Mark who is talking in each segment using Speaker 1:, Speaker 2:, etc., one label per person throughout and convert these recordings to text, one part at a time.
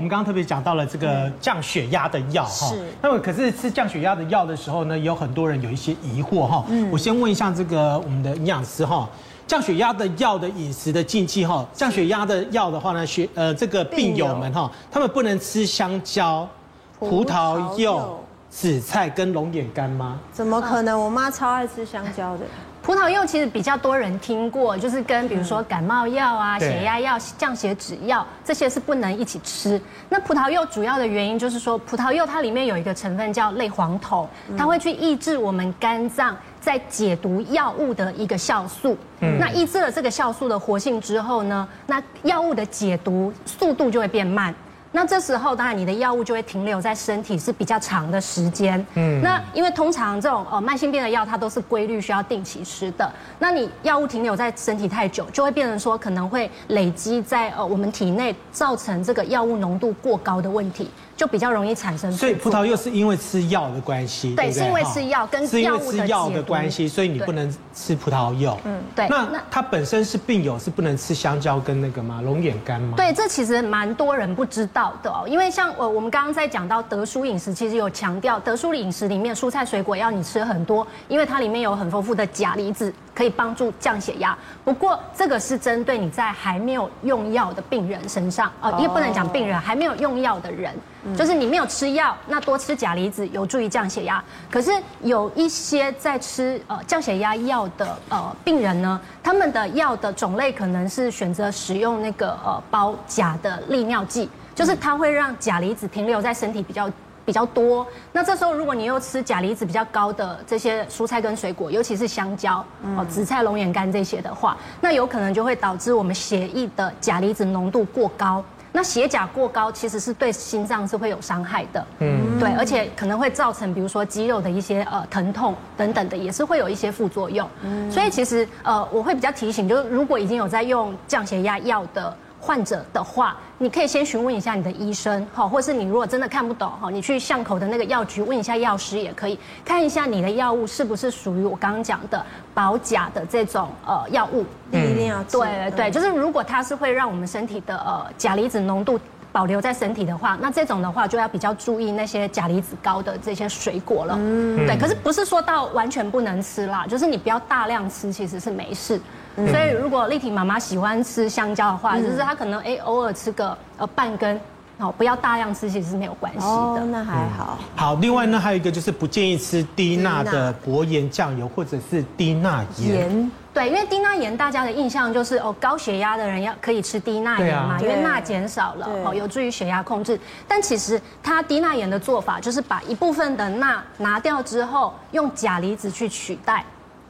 Speaker 1: 们刚刚特别讲到了这个降血压的药哈
Speaker 2: 是，
Speaker 1: 那么可是吃降血压的药的时候呢，有很多人有一些疑惑哈。
Speaker 2: 嗯
Speaker 1: 我先问一下这个我们的营养师哈，降血压的药的饮食的禁忌哈，降血压的药的话呢，血呃这个病
Speaker 2: 病友
Speaker 1: 友们哈，他们不能吃香蕉、葡
Speaker 2: 葡
Speaker 1: 萄
Speaker 2: 萄
Speaker 1: 柚
Speaker 2: 柚、
Speaker 1: 紫菜跟龙眼干吗？
Speaker 2: 怎么可能？我妈超爱吃香蕉的。
Speaker 3: 葡萄柚其实比较多人听过，就是跟比如说感冒药啊、
Speaker 1: 对
Speaker 3: 血压药、降血脂药这些是不能一起吃。那葡萄柚主要的原因就是说，葡萄柚它里面有一个成分叫类黄酮，它会去抑制我们肝脏在解毒药物的一个酵素。那抑制了这个酵素的活性之后呢，那药物的解毒速度就会变慢。那这时候，当然你的药物就会停留在身体是比较长的时间。嗯，那因为通常这种呃慢性病的药，它都是规律需要定期吃的。那你药物停留在身体太久，就会变成说可能会累积在呃我们体内，造成这个药物浓度过高的问题，就比较容易产生。
Speaker 1: 所以葡萄柚是因为吃药的关系，
Speaker 3: 对
Speaker 1: 不
Speaker 3: 是因为吃药跟
Speaker 1: 是因为
Speaker 3: 药物
Speaker 1: 吃
Speaker 3: 的
Speaker 1: 药
Speaker 3: 解
Speaker 1: 的
Speaker 3: 毒
Speaker 1: 关系，所以你
Speaker 3: 对
Speaker 1: 不能吃葡萄柚。嗯，
Speaker 3: 对
Speaker 1: 那
Speaker 3: 那
Speaker 1: 它本身是病友，是不能吃香蕉跟那个吗？龙眼干吗？，
Speaker 3: 对，这其实蛮多人不知道的哦，因为像呃，我们刚刚在讲到德叔饮食，其实有强调德叔饮食里面蔬菜水果要你吃很多，因为它里面有很丰富的钾离子，可以帮助降血压。不过这个是针对你在还没有用药的病人身上，呃，也不能讲病人，还没有用药的人，就是你没有吃药，那多吃钾离子有助于降血压。可是有一些在吃呃降血压药的呃病人呢，他们的药的种类可能是选择使用那个呃包钾的利尿剂，就是它会让钾离子停留在身体比较。比较多，那这时候如果你又吃钾离子比较高的这些蔬菜跟水果，尤其是香蕉、哦紫菜、龙眼干这些的话，那有可能就会导致我们血液的钾离子浓度过高。那血钾过高其实是对心脏是会有伤害的，嗯，对，而且可能会造成比如说肌肉的一些呃疼痛等等的，也是会有一些副作用。所以其实呃，我会比较提醒，就是如果已经有在用降血压药的。患者的话，你可以先询问一下你的医生，好，或是你如果真的看不懂，哈，你去巷口的那个药局问一下药师也可以，看一下你的药物是不是属于我刚刚讲的保甲的这种呃药物，
Speaker 2: 一定要吃嗯
Speaker 3: 对对，就是如果它是会让我们身体的呃钾离子浓度保留在身体的话，那这种的话就要比较注意那些钾离子高的这些水果了。嗯，对，可是不是说到完全不能吃啦，就是你不要大量吃，其实是没事。所以如果丽婷妈妈喜欢吃香蕉的话，就是她可能哎偶尔吃个呃半根，哦不要大量吃，其实是没有关系的。
Speaker 2: 哦，那还好。
Speaker 1: 好。另外呢，还有一个就是不建议吃低钠的薄盐酱油或者是低钠盐。
Speaker 2: 盐
Speaker 3: 对，因为低钠盐，大家的印象就是哦，高血压的人要可以吃低钠盐嘛，
Speaker 1: 对
Speaker 3: 因
Speaker 2: 啊
Speaker 3: 为钠减少了
Speaker 2: 对，
Speaker 3: 哦，有助于血压控制。但其实它低钠盐的做法就是把一部分的钠拿掉之后，用钾离子去取代。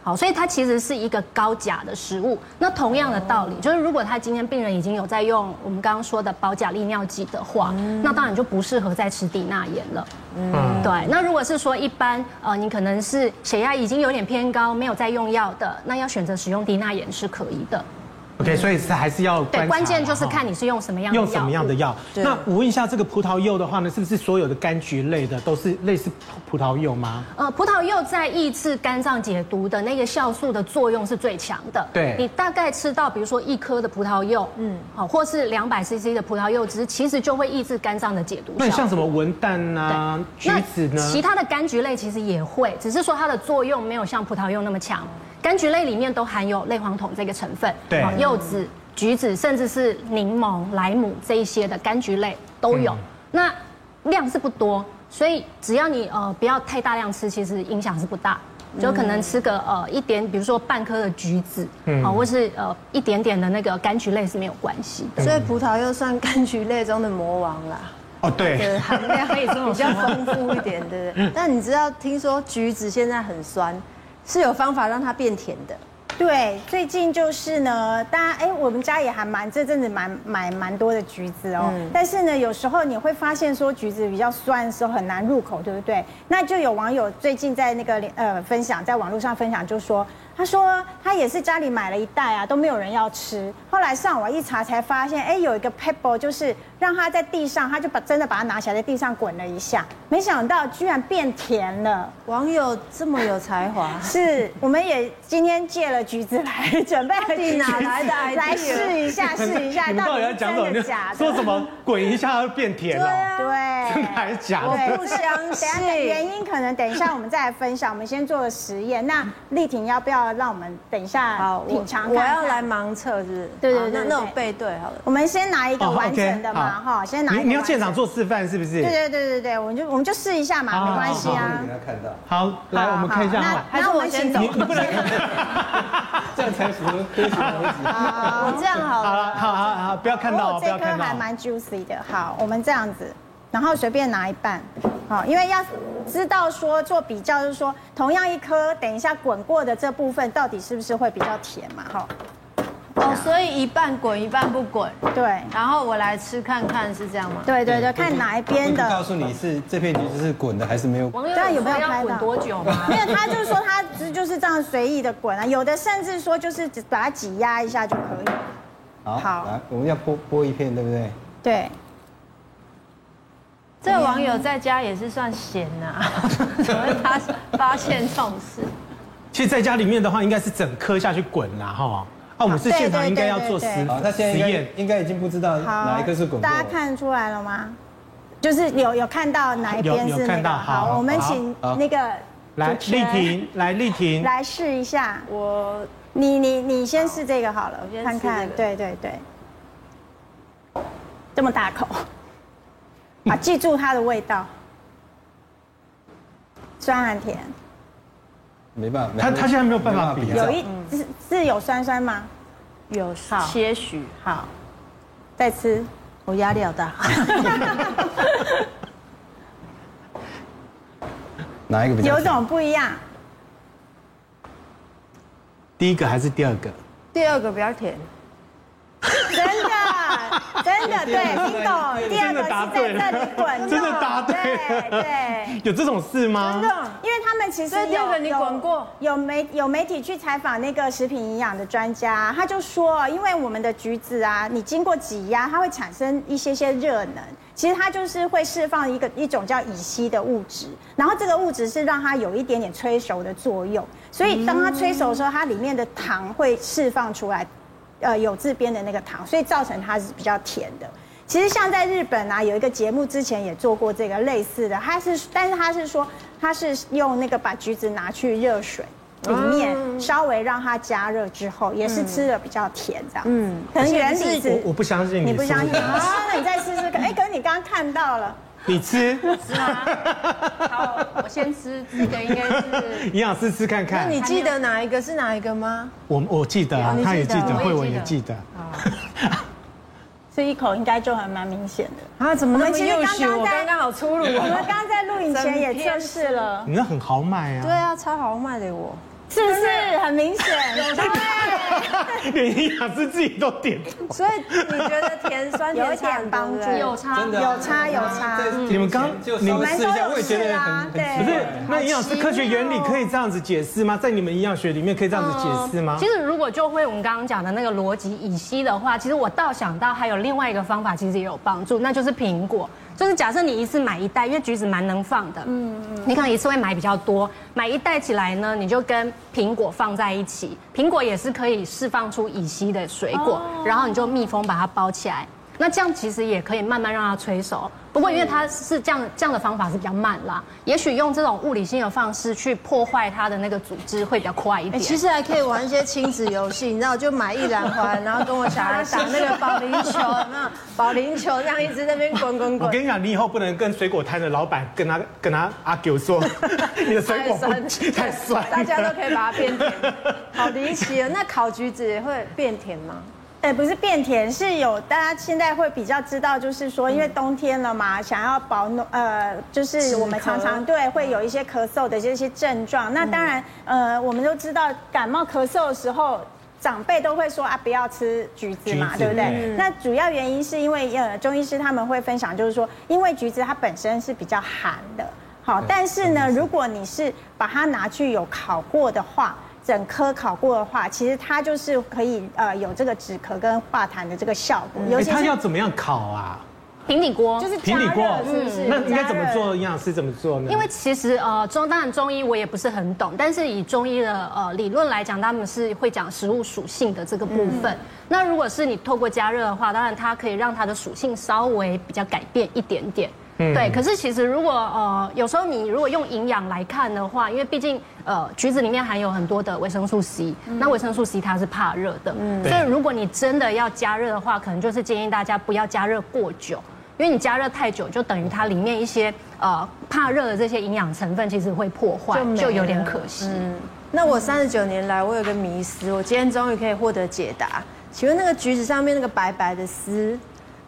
Speaker 3: 好，所以它其实是一个高钾的食物。那同样的道理，就是如果他今天病人已经有在用我们刚刚说的保钾利尿剂的话，那当然就不适合再吃低钠盐了。
Speaker 1: 嗯，
Speaker 3: 对，那如果是说一般，呃，你可能是血压已经有点偏高，没有在用药的，那要选择使用低钠盐是可以的。
Speaker 1: OK，所以是还是要观
Speaker 3: 对，
Speaker 1: 察
Speaker 3: 关键就是
Speaker 1: 哈
Speaker 3: 看你是用什么样的药
Speaker 1: 用
Speaker 3: 物。
Speaker 1: 什么样的药。
Speaker 2: 对
Speaker 1: 那我问一下，这个葡萄柚的话呢，是不是所有的柑橘类的都是类似葡萄柚吗？
Speaker 3: 呃，葡萄柚在抑制肝脏解毒的那个酵素的作用是最强的。
Speaker 1: 对
Speaker 3: 你大概吃到比如说一颗的葡萄柚，嗯，好，或是两百 CC 的葡萄柚汁，其实就会抑制肝脏的解毒。
Speaker 1: 那你
Speaker 3: 酵
Speaker 1: 像
Speaker 3: 素
Speaker 1: 什么文旦啊、橘
Speaker 3: 那
Speaker 1: 子呢？
Speaker 3: 其他的柑橘类其实也会，只是说它的作用没有像葡萄柚那么强。柑橘类里面都含有类黄酮这个成分，
Speaker 1: 对
Speaker 3: 哦柚子、橘子，甚至是柠檬、莱姆这一些的柑橘类都有。
Speaker 1: 嗯
Speaker 3: 那量是不多，所以只要你呃不要太大量吃，其实影响是不大。
Speaker 1: 嗯
Speaker 3: 就可能吃个呃一点，比如说半颗的橘子，
Speaker 1: 嗯
Speaker 3: 啊，或是呃一点点的那个柑橘类是没有关系的。
Speaker 2: 所以葡萄又算柑橘类中的魔王啦，
Speaker 1: 哦，对，
Speaker 2: 对，含量
Speaker 3: 可以这么说
Speaker 2: 比较丰富一点，对不对？但你知道，听说橘子现在很酸，是有方法让它变甜的。
Speaker 4: 对，最近就是呢，大家哎，我们家也还蛮这阵子蛮买蛮多的橘子哦、但是呢，有时候你会发现说橘子比较酸的时候很难入口，对不对？那就有网友最近在那个呃分享，在网络上分享，就说他说他也是家里买了一袋啊，都没有人要吃。后来上网一查才发现，哎，有一个 pebble 就是让他在地上，他就把真的把它拿起来在地上滚了一下，没想到居然变甜了。
Speaker 2: 网友这么有才华，
Speaker 4: 是，我们也今天借了橘子来准备了橘
Speaker 2: 底哪
Speaker 4: 子
Speaker 2: 来的 idea？
Speaker 4: 来试一下， 试一下
Speaker 1: 你们
Speaker 4: 到
Speaker 1: 到
Speaker 4: 底
Speaker 1: 底要
Speaker 4: 是
Speaker 1: 讲
Speaker 4: 真
Speaker 1: 什么？
Speaker 4: 的
Speaker 1: 你
Speaker 4: 假的？
Speaker 1: 说什？么 滚一下会变甜
Speaker 2: 对
Speaker 1: 哦？
Speaker 2: 啊
Speaker 4: 对，
Speaker 1: 真的还是假的？
Speaker 4: 对
Speaker 2: 我不相
Speaker 4: 等一下原
Speaker 2: 信。
Speaker 4: 因可能等一下我们再来分享，我们先做个实验。那丽婷要不要让我们等一下
Speaker 2: 好，我
Speaker 4: 品尝看
Speaker 2: 我
Speaker 4: 看
Speaker 2: 要来。盲测，是不是？
Speaker 3: 对对
Speaker 2: 好
Speaker 3: 对
Speaker 2: 那
Speaker 3: 对
Speaker 2: 那我背对好了。
Speaker 4: 我们先拿一个完整的嘛，
Speaker 1: 哦，OK，
Speaker 4: 哈，先拿一个
Speaker 1: 你你要
Speaker 4: 完整
Speaker 1: 现场。做示范是不是？
Speaker 4: 对对对对对，我们就我们就试一下嘛，
Speaker 1: 好
Speaker 4: 没关系
Speaker 1: 好
Speaker 4: 啊
Speaker 5: 给。他看到，
Speaker 1: 好，来
Speaker 4: 好
Speaker 1: 我们看一下
Speaker 4: 好
Speaker 1: 哈。
Speaker 2: 还是
Speaker 4: 那我
Speaker 2: 我
Speaker 4: 们
Speaker 2: 先
Speaker 4: 先
Speaker 2: 走
Speaker 4: 走。
Speaker 1: 你不能，
Speaker 5: 这样才符合规矩逻 辑。
Speaker 2: 我这样好
Speaker 1: 好
Speaker 2: 了。
Speaker 1: 了，好好好，不要看到哦，
Speaker 4: 哦
Speaker 1: 不
Speaker 4: 这
Speaker 1: 要
Speaker 4: 颗
Speaker 1: 看到
Speaker 4: 还
Speaker 1: 哦。
Speaker 4: 蛮 juicy 的。好，我们这样子，然后随便拿一半，好，因为要知道说做比较，就是说同样一颗，等一下滚过的这部分到底是不是会比较甜嘛？哈，
Speaker 2: 哦，所以一半滚一半不滚，
Speaker 4: 对，
Speaker 2: 然后我来吃看看是这样吗？
Speaker 4: 对对对，看哪一边
Speaker 5: 我不告
Speaker 4: 的。
Speaker 5: 诉你是这片橘子是滚的还是没有滚。
Speaker 3: 网友
Speaker 4: 这样有
Speaker 3: 有
Speaker 4: 没
Speaker 3: 没
Speaker 4: 有
Speaker 3: 有
Speaker 4: 拍
Speaker 3: 要
Speaker 4: 到
Speaker 3: 滚多久吗？
Speaker 4: 没有，他就是说他只就是这样随意的滚啊，有的甚至说就是只把它挤压一下就可以了。好
Speaker 5: 来我们要剥剥一片，对不对？
Speaker 4: 对，
Speaker 2: 这个网友在家也是算闲呐、怎么会发发现这种事？
Speaker 1: 其实在家里面的话，应该是整颗下去滚啦，哈。啊，我们是现场应该要做实
Speaker 4: 对对对
Speaker 5: 好，他现
Speaker 1: 嗯
Speaker 5: 在
Speaker 1: 实
Speaker 5: 应该
Speaker 1: 验。
Speaker 5: 应该已经不知道
Speaker 4: 好，
Speaker 5: 哪一个是滚过。
Speaker 4: 大家看出来了吗？就是有有看到哪一边
Speaker 1: 有
Speaker 4: 是
Speaker 1: 有
Speaker 4: 那
Speaker 1: 看
Speaker 4: 个？
Speaker 1: 到好
Speaker 4: 好，我们
Speaker 1: 好
Speaker 4: 请
Speaker 5: 好
Speaker 4: 那个
Speaker 1: 来，
Speaker 4: 主持
Speaker 1: 丽
Speaker 4: 人
Speaker 1: 婷，来，丽婷，
Speaker 4: 来试一下。
Speaker 2: 我
Speaker 4: 你你你先试这个好了，
Speaker 2: 我先
Speaker 4: 看
Speaker 2: 试
Speaker 4: 看。
Speaker 2: 这个
Speaker 4: 对对对，这么大口，啊，记住它的味道，酸和甜，
Speaker 5: 没办法，
Speaker 1: 他他现在没有办法比啊
Speaker 5: 较
Speaker 4: 有一
Speaker 2: 嗯
Speaker 4: 是是有酸酸吗？
Speaker 2: 有
Speaker 4: 好
Speaker 2: 些许，
Speaker 4: 好，再吃。
Speaker 2: 我压力好大。
Speaker 5: 哪一个比较
Speaker 4: 有
Speaker 5: 甜？
Speaker 4: 种不一样，
Speaker 1: 第一个还是第二个？
Speaker 2: 第二个比较甜，
Speaker 4: 真的， 真的，对，bingo，第二
Speaker 1: 真
Speaker 4: 个
Speaker 1: 的答
Speaker 4: 是
Speaker 1: 对了
Speaker 4: 在这里滚动，
Speaker 1: 真的答对了
Speaker 4: 对对。
Speaker 1: 有这种事吗
Speaker 4: 真？的，因为他们其实
Speaker 2: 所以第二
Speaker 4: 有
Speaker 2: 个你
Speaker 4: 有
Speaker 2: 滚过
Speaker 4: 有媒有媒体去采访那个食品营养的专家，他就说，因为我们的橘子啊，你经过挤压，它会产生一些些热能，其实它就是会释放一个一种叫乙烯的物质，然后这个物质是让它有一点点催熟的作用，所以当它催熟的时候，它里面的糖会释放出来，呃，有字边的那个糖，所以造成它是比较甜的。其实像在日本啊，有一个节目之前也做过这个类似的，它是，但是它是说它是用那个把橘子拿去热水里面、稍微让它加热之后，也是吃的比较甜这样。嗯，可能原理是
Speaker 1: 我我不相信你
Speaker 4: 你不相信
Speaker 1: 说的
Speaker 4: 啊？那你再试试看。哎，可是你刚刚看到了，
Speaker 1: 你吃，
Speaker 3: 是吗？好，哦我先吃这个，应该 是
Speaker 1: 营养师吃看
Speaker 2: 那
Speaker 1: 看。
Speaker 2: 你记得哪一个是哪一个吗？
Speaker 1: 我我记得啊
Speaker 2: 你，记得
Speaker 1: 他也记得，
Speaker 2: 我也记得
Speaker 1: 慧文也记得。
Speaker 4: 这一口应该就还蛮明显的。
Speaker 2: 啊，怎么那么
Speaker 4: 我
Speaker 2: 优
Speaker 4: 们其实
Speaker 2: 秀？我
Speaker 4: 刚刚在
Speaker 2: 刚刚好粗鲁
Speaker 4: 我们
Speaker 2: 哦。
Speaker 4: 刚刚在录影前也测试 了，
Speaker 1: 你那很豪迈啊。
Speaker 2: 对啊，超豪迈的我。
Speaker 4: 是不是很明 显？
Speaker 1: 连营养师自己都点。
Speaker 2: 所以你觉得甜酸
Speaker 4: 有一
Speaker 2: 甜
Speaker 4: 点
Speaker 2: 差很
Speaker 4: 帮
Speaker 2: 多对不对
Speaker 4: 助
Speaker 3: 有差
Speaker 5: 真的啊
Speaker 4: 有差有差。
Speaker 1: 你们刚
Speaker 5: 就
Speaker 1: 你
Speaker 5: 稍微
Speaker 1: 们
Speaker 5: 试一下，我也觉得
Speaker 4: 我
Speaker 5: 很
Speaker 4: 们都有试啊
Speaker 5: 很
Speaker 1: 不
Speaker 5: 奇
Speaker 1: 是
Speaker 5: 怪，
Speaker 1: 那营养师科学原理可以这样子解释吗？在你们营养学里面可以这样子解释吗
Speaker 3: 其？实如果就会我们刚刚讲的那个逻辑乙烯的话，其实我倒想到还有另外一个方法，其实也有帮助，那就是苹果。就是假设你一次买一袋，因为橘子蛮能放的，嗯，你可能一次会买比较多，买一袋起来呢，你就跟苹果放在一起，苹果也是可以释放出乙烯的水果，然后你就密封把它包起来。那这样其实也可以慢慢让它催熟，不过因为它是这样这样的方法是比较慢啦，也许用这种物理性的方式去破坏它的那个组织会比较快一
Speaker 2: 哎
Speaker 3: 点。
Speaker 2: 其实还可以玩一些亲子游戏，你知道，就买一篮花，然后跟我小孩打那个保龄球，有没有？保龄球这样一直在那边滚滚
Speaker 1: 我
Speaker 2: 滚
Speaker 1: 跟。你讲，你以后不能跟水果摊的老板跟他跟他 argue 说你的水果不太酸了，
Speaker 2: 大家都可以把它变甜，好离奇哦！那烤橘子也会变甜吗？
Speaker 4: 哎，不是变甜，是有大家现在会比较知道，就是说，因为冬天了嘛，想要保暖，呃，就是我们常常对会有一些咳嗽的这些症状。那当然，呃，我们都知道感冒咳嗽的时候。长辈都会说啊，不要吃橘子嘛，
Speaker 1: 橘子
Speaker 4: 对不对？
Speaker 1: 对
Speaker 4: 那主要原因是因为呃，中医师他们会分享，就是说，因为橘子它本身是比较寒的，好，但是呢，如果你是把它拿去有烤过的话，整颗烤过的话，其实它就是可以呃有这个止咳跟化痰的这个效果，尤
Speaker 1: 哎，
Speaker 4: 其
Speaker 1: 它
Speaker 4: 是
Speaker 1: 要怎么样烤啊？
Speaker 3: 平底锅
Speaker 4: 就是
Speaker 1: 平底
Speaker 4: 加
Speaker 1: 锅嗯
Speaker 4: 热是不是？
Speaker 1: 那应该怎么
Speaker 4: 加热
Speaker 1: 做？营养师怎么做呢？
Speaker 3: 因为其实呃中当然中医我也不是很懂，但是以中医的呃理论来讲，他们是会讲食物属性的这个部分。那如果是你透过加热的话，当然它可以让它的属性稍微比较改变一点点。对，可是其实如果呃，有时候你如果用营养来看的话，因为毕竟呃，橘子里面含有很多的维生素 C，、那维生素 C 它是怕热的，所以如果你真的要加热的话，可能就是建议大家不要加热过久。因为你加热太久，就等于它里面一些呃怕热的这些营养成分，其实会破坏
Speaker 2: 就没，了
Speaker 3: 就有点可惜。
Speaker 2: 那我三十九年来，我有个迷思，我今天终于可以获得解答。请问那个橘子上面那个白白的丝，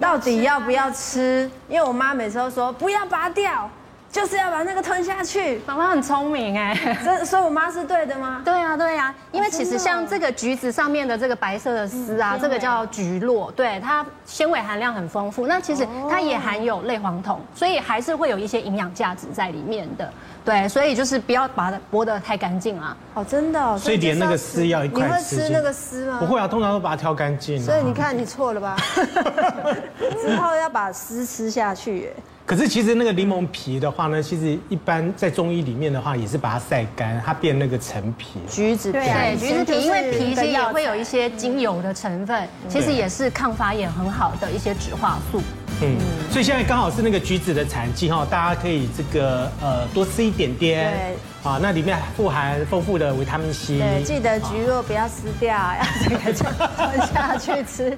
Speaker 2: 到底要不要吃？因为我妈每次都说不要拔掉，就是要把那个吞下去。
Speaker 3: 妈妈很聪明哎。
Speaker 2: 这所以我妈是对的吗？
Speaker 3: 对啊，对啊，因为其实像这个橘子上面的这个白色的丝啊，这个叫橘络，对它纤维含量很丰富。那其实它也含有类黄酮，所以还是会有一些营养价值在里面的。对，所以就是不要把它剥得太干净啊啦。
Speaker 2: 哦，真的、哦。
Speaker 1: 所以连那个
Speaker 2: 就是
Speaker 1: 丝要
Speaker 2: 吃
Speaker 1: 一块
Speaker 2: 你会
Speaker 1: 吃
Speaker 2: 吃那个丝吗？
Speaker 1: 不。会啊，通常都把它挑干净啊。
Speaker 2: 所以你看，你错 了吧？之后要把丝吃下去耶。
Speaker 1: 可是其实那个柠檬皮的话呢，其实一般在中医里面的话，也是把它晒干，它变那个陈皮。
Speaker 2: 橘子皮
Speaker 4: 对啊
Speaker 3: 对，橘子
Speaker 4: 就是
Speaker 3: 皮因为皮其实也会有一
Speaker 4: 一个
Speaker 3: 些精油的成分，其实也是抗发炎很好的一些植化素。
Speaker 1: 嗯，所以现在刚好是那个橘子的产季哈，大家可以这个呃多吃一点点。
Speaker 2: 对
Speaker 1: 啊，那里面富含丰富的维他命 C。
Speaker 2: 对，记得橘肉不要撕掉，要整个吞下去吃。